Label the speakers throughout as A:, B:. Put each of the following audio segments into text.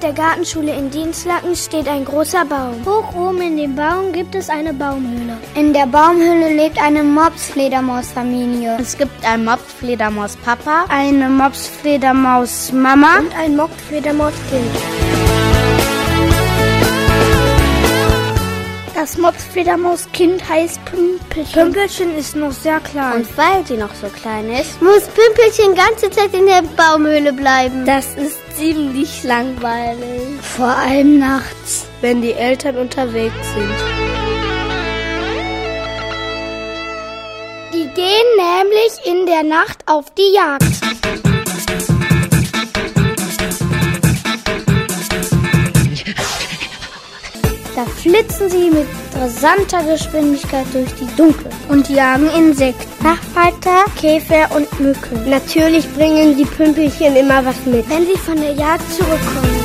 A: Gartenschule in Dienstlaken steht ein großer Baum. Hoch oben in dem Baum gibt es eine Baumhöhle.
B: In der Baumhöhle lebt eine Mops-Fledermaus-Familie.
C: Es gibt ein Mops-Fledermaus-Papa,
B: eine Mops-Fledermaus-Mama
A: und ein Mops-Fledermaus-Kind.
B: Das Mops-Fledermaus-Kind heißt Pümpelchen.
A: Pümpelchen ist noch sehr klein.
C: Und weil sie noch so klein ist,
D: muss Pümpelchen ganze Zeit in der Baumhöhle bleiben.
C: Das ist ziemlich langweilig.
B: Vor allem nachts,
C: wenn die Eltern unterwegs sind.
A: Die gehen nämlich in der Nacht auf die Jagd. Da flitzen sie mit rasanter Geschwindigkeit durch die Dunkel
B: und jagen Insekten,
A: Nachtfalter, Käfer und Mücken.
B: Natürlich bringen die Pümpelchen immer was mit,
A: wenn sie von der Jagd zurückkommen.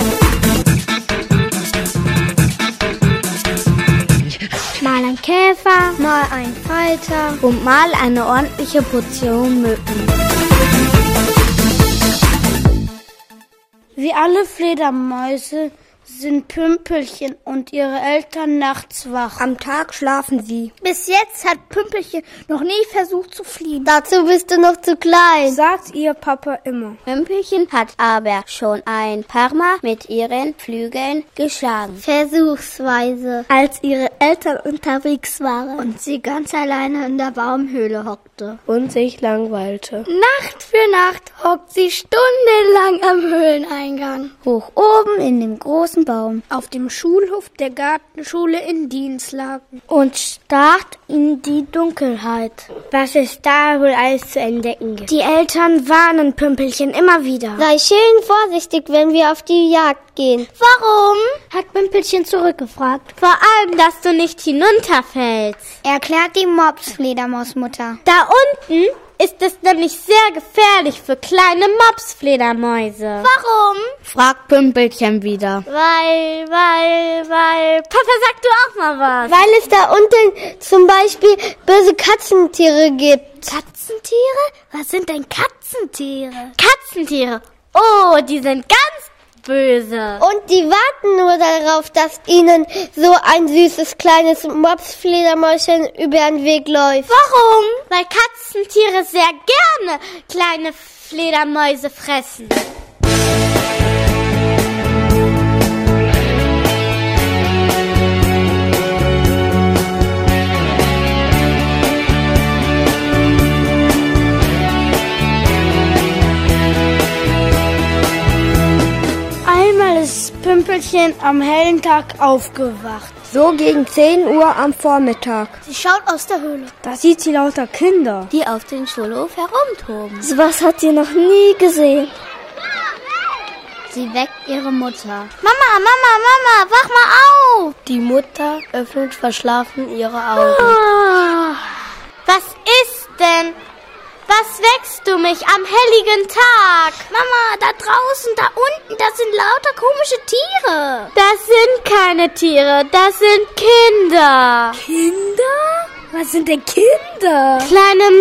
A: Mal ein Käfer, mal ein Falter
C: und mal eine ordentliche Portion Mücken.
B: Wie alle Fledermäuse sind Pümpelchen und ihre Eltern nachts wach.
C: Am Tag schlafen sie.
B: Bis jetzt hat Pümpelchen noch nie versucht zu fliehen.
D: Dazu bist du noch zu klein,
B: sagt ihr Papa immer.
C: Pümpelchen hat aber schon ein paar Mal mit ihren Flügeln geschlagen.
D: Versuchsweise.
B: Als ihre Eltern unterwegs waren
D: und sie ganz alleine in der Baumhöhle hockte
C: und sich langweilte.
A: Nacht für Nacht hockt sie stundenlang am Höhleneingang.
B: Hoch oben in dem großen Baum.
A: auf dem Schulhof der Gartenschule in Dienstlaken
B: und starrt in die Dunkelheit,
A: was es da wohl alles zu entdecken gibt.
B: Die Eltern warnen Pümpelchen immer wieder.
D: Sei schön vorsichtig, wenn wir auf die Jagd gehen.
B: Warum?
D: hat Pümpelchen zurückgefragt.
C: Vor allem, dass du nicht hinunterfällst,
B: erklärt die Mops-Fledermausmutter.
C: Da unten ist es nämlich sehr gefährlich für kleine Mopsfledermäuse.
D: Warum?
C: fragt Pümpelchen wieder.
D: Weil, weil, weil.
C: Papa, sag du auch mal was.
D: Weil es da unten zum Beispiel böse Katzentiere gibt.
C: Katzentiere? Was sind denn Katzentiere?
D: Katzentiere.
C: Oh, die sind ganz böse.
D: Und die warten nur darauf, dass ihnen so ein süßes kleines Mopsfledermäuschen über den Weg läuft.
C: Warum? Weil Katzentiere sehr gerne kleine Fledermäuse fressen.
B: Einmal ist Pümpelchen am hellen Tag aufgewacht.
C: So gegen 10 Uhr am Vormittag.
A: Sie schaut aus der Höhle.
B: Da sieht sie lauter Kinder,
C: die auf dem Schulhof herumtoben.
B: So was hat sie noch nie gesehen.
C: Sie weckt ihre Mutter.
D: Mama, Mama, Mama, wach mal auf!
C: Die Mutter öffnet verschlafen ihre Augen.
D: Ah. Was ist denn? Was wächst du mich am helligen Tag?
C: Mama, da draußen, da unten, das sind lauter komische Tiere.
D: Das sind keine Tiere, das sind Kinder.
B: Kinder? Was sind denn Kinder?
D: Kleine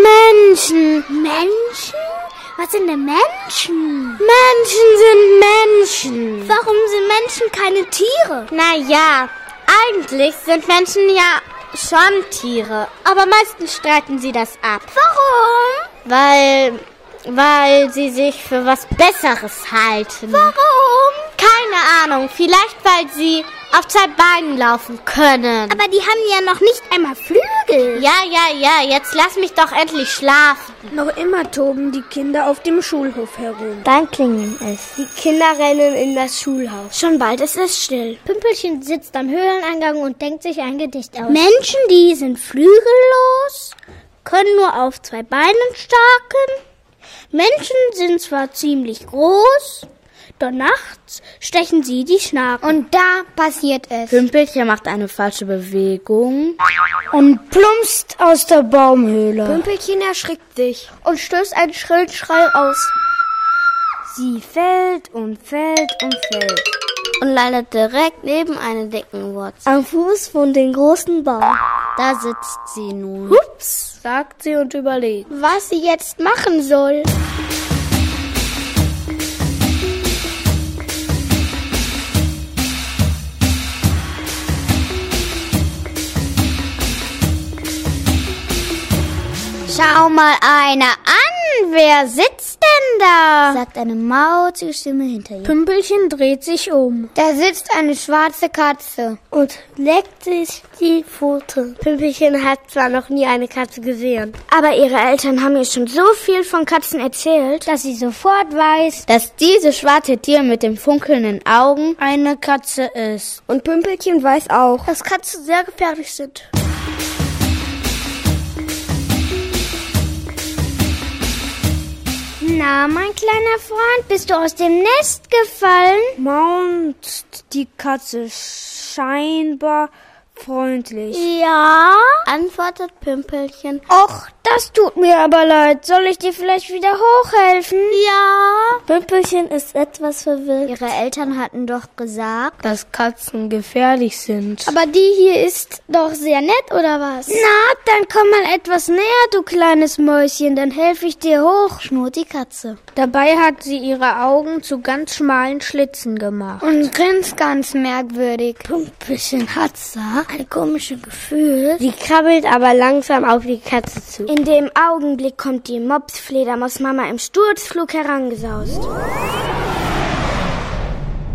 D: Menschen.
C: Menschen? Was sind denn Menschen?
D: Menschen sind Menschen.
C: Warum sind Menschen keine Tiere? Naja, eigentlich sind Menschen ja schon Tiere, aber meistens streiten sie das ab.
D: Warum?
C: Weil weil sie sich für was Besseres halten.
D: Warum?
C: Keine Ahnung. Vielleicht, weil sie auf zwei Beinen laufen können.
D: Aber die haben ja noch nicht einmal Flügel.
C: Ja, ja, ja. Jetzt lass mich doch endlich schlafen.
B: Noch immer toben die Kinder auf dem Schulhof herum.
C: Dann klingen es.
B: Die Kinder rennen in das Schulhaus.
A: Schon bald ist es still.
D: Pümpelchen sitzt am Höhleneingang und denkt sich ein Gedicht aus.
A: Menschen, die sind flügellos, können nur auf zwei Beinen starken. Menschen sind zwar ziemlich groß, doch nachts stechen sie die Schnaken.
D: Und da passiert es.
C: Pümpelchen macht eine falsche Bewegung
B: und plumpst aus der Baumhöhle.
A: Pümpelchen erschrickt sich
D: und stößt einen schrillen Schrei aus.
B: Sie fällt und fällt und fällt.
C: Und landet direkt neben einer dicken Wurzel.
D: Am Fuß von dem großen Baum.
C: Da sitzt sie nun.
B: Hups, sagt sie und überlegt,
D: was sie jetzt machen soll.
C: Schau mal einer an. Wer sitzt denn da? sagt eine mauzige Stimme hinter ihr.
D: Pümpelchen dreht sich um.
E: Da sitzt eine schwarze Katze.
B: und leckt sich die Pfote. Pimpelchen hat zwar noch nie eine Katze gesehen.
C: Aber ihre Eltern haben ihr schon so viel von Katzen erzählt, dass sie sofort weiß,
F: dass dieses schwarze Tier mit den funkelnden Augen
D: Eine Katze ist.
B: Und Pümpelchen weiß auch. Dass Katzen sehr gefährlich sind.
C: na, mein kleiner Freund, bist du aus dem Nest gefallen?
D: Maunt die Katze scheinbar freundlich.
C: Ja, antwortet Pümpelchen.
D: Och, das tut mir aber leid. Soll ich dir vielleicht wieder hochhelfen?
C: Ja.
B: Pümpelchen ist etwas verwirrt.
C: Ihre Eltern hatten doch gesagt.
F: dass Katzen gefährlich sind.
B: Aber die hier ist doch sehr nett, oder was?
C: Na, dann komm mal etwas näher, du kleines Mäuschen, dann helfe ich dir hoch, schnurrt die Katze.
F: Dabei hat sie ihre Augen zu ganz schmalen Schlitzen gemacht.
B: Und grinst ganz merkwürdig. Pümpelchen hat da ein komisches Gefühl. Sie krabbelt aber langsam auf die Katze zu.
C: In dem Augenblick kommt die Mops-Fledermaus-Mama im Sturzflug herangesaust.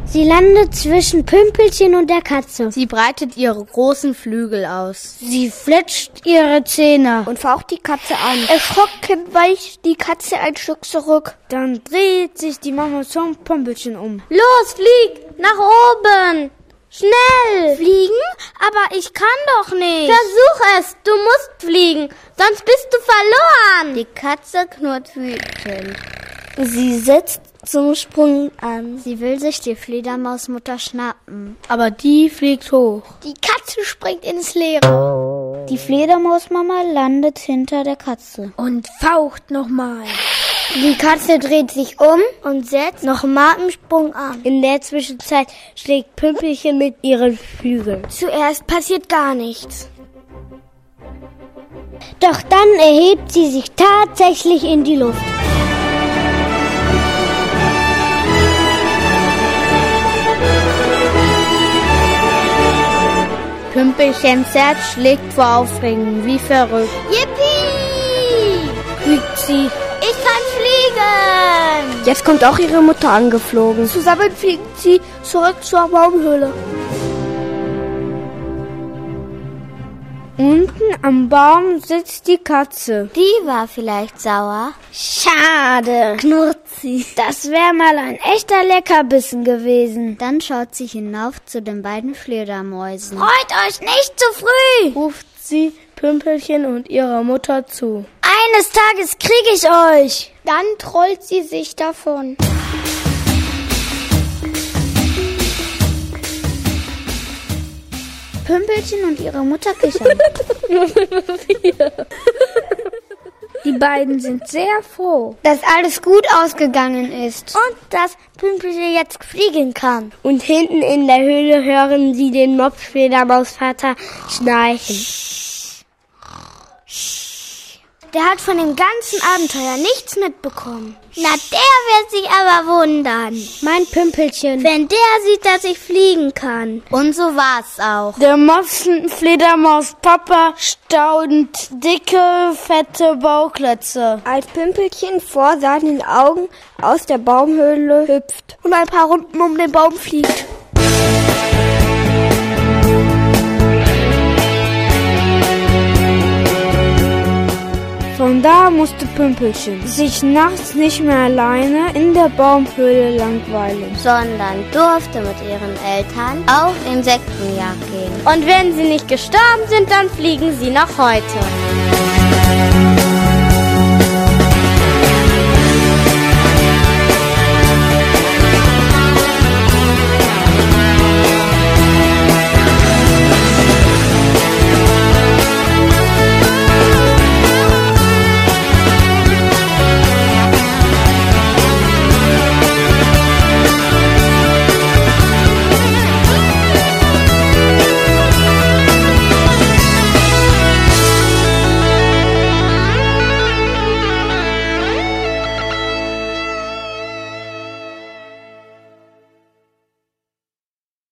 C: Sie landet zwischen Pümpelchen und der Katze.
F: Sie breitet ihre großen Flügel aus.
D: Sie fletscht ihre Zähne.
B: Und faucht die Katze an. Erschrocken weicht die Katze ein Stück zurück.
D: Dann dreht sich die Mama zum Pümpelchen um.
C: Los, flieg! Nach oben! Schnell! Fliegen? Aber ich kann doch nicht! Versuch es! Du musst fliegen! Sonst bist du verloren! Die Katze knurrt wütend.
B: Sie setzt zum Sprung an.
C: Sie will sich die Fledermausmutter schnappen.
F: Aber die fliegt hoch.
B: Die Katze springt ins Leere.
D: Die Fledermausmama landet hinter der Katze.
F: Und faucht nochmal.
E: Die Katze dreht sich um.
B: Und setzt noch Markensprung an. In der Zwischenzeit schlägt Pümpelchen mit ihren Flügeln.
C: Zuerst passiert gar nichts.
E: Doch dann erhebt sie sich tatsächlich in die Luft.
F: Pümpelchen zerrt, schlägt vor Aufregung wie verrückt.
C: Yippie!
B: Kriegt sie.
C: Ich kann fliegen!
B: Jetzt kommt auch ihre Mutter angeflogen. Zusammen fliegen sie zurück zur Baumhöhle.
D: Unten am Baum sitzt die Katze.
C: Die war vielleicht sauer.
D: Schade, knurrt sie. Das wäre mal ein echter Leckerbissen gewesen.
F: Dann schaut sie hinauf zu den beiden Fledermäusen.
C: Freut euch nicht zu früh!
D: Ruft sie Pümpelchen und ihrer Mutter zu.
C: Eines Tages krieg ich euch!
B: Dann trollt sie sich davon.
C: Pümpelchen und ihre Mutter kichern.
D: Die beiden sind sehr froh.
E: Dass alles gut ausgegangen ist.
B: Und dass Pümpelchen jetzt fliegen kann. Und hinten in der Höhle hören sie den Mopsfledermausvater schnarchen.
C: Der hat von dem ganzen Abenteuer nichts mitbekommen. Na, der wird sich aber wundern.
B: Mein Pümpelchen.
C: Wenn der sieht, dass ich fliegen kann. Und so war's auch.
D: Der Mopsenfledermaus Papa staunt dicke, fette Bauklötze.
B: Als Pümpelchen vor seinen Augen aus der Baumhöhle hüpft und ein paar Runden um den Baum fliegt.
D: Von da musste Pümpelchen sich nachts nicht mehr alleine in der Baumhöhle langweilen.
C: Sondern durfte mit ihren Eltern auf Insektenjagd gehen.
F: Und wenn sie nicht gestorben sind, dann fliegen sie noch heute.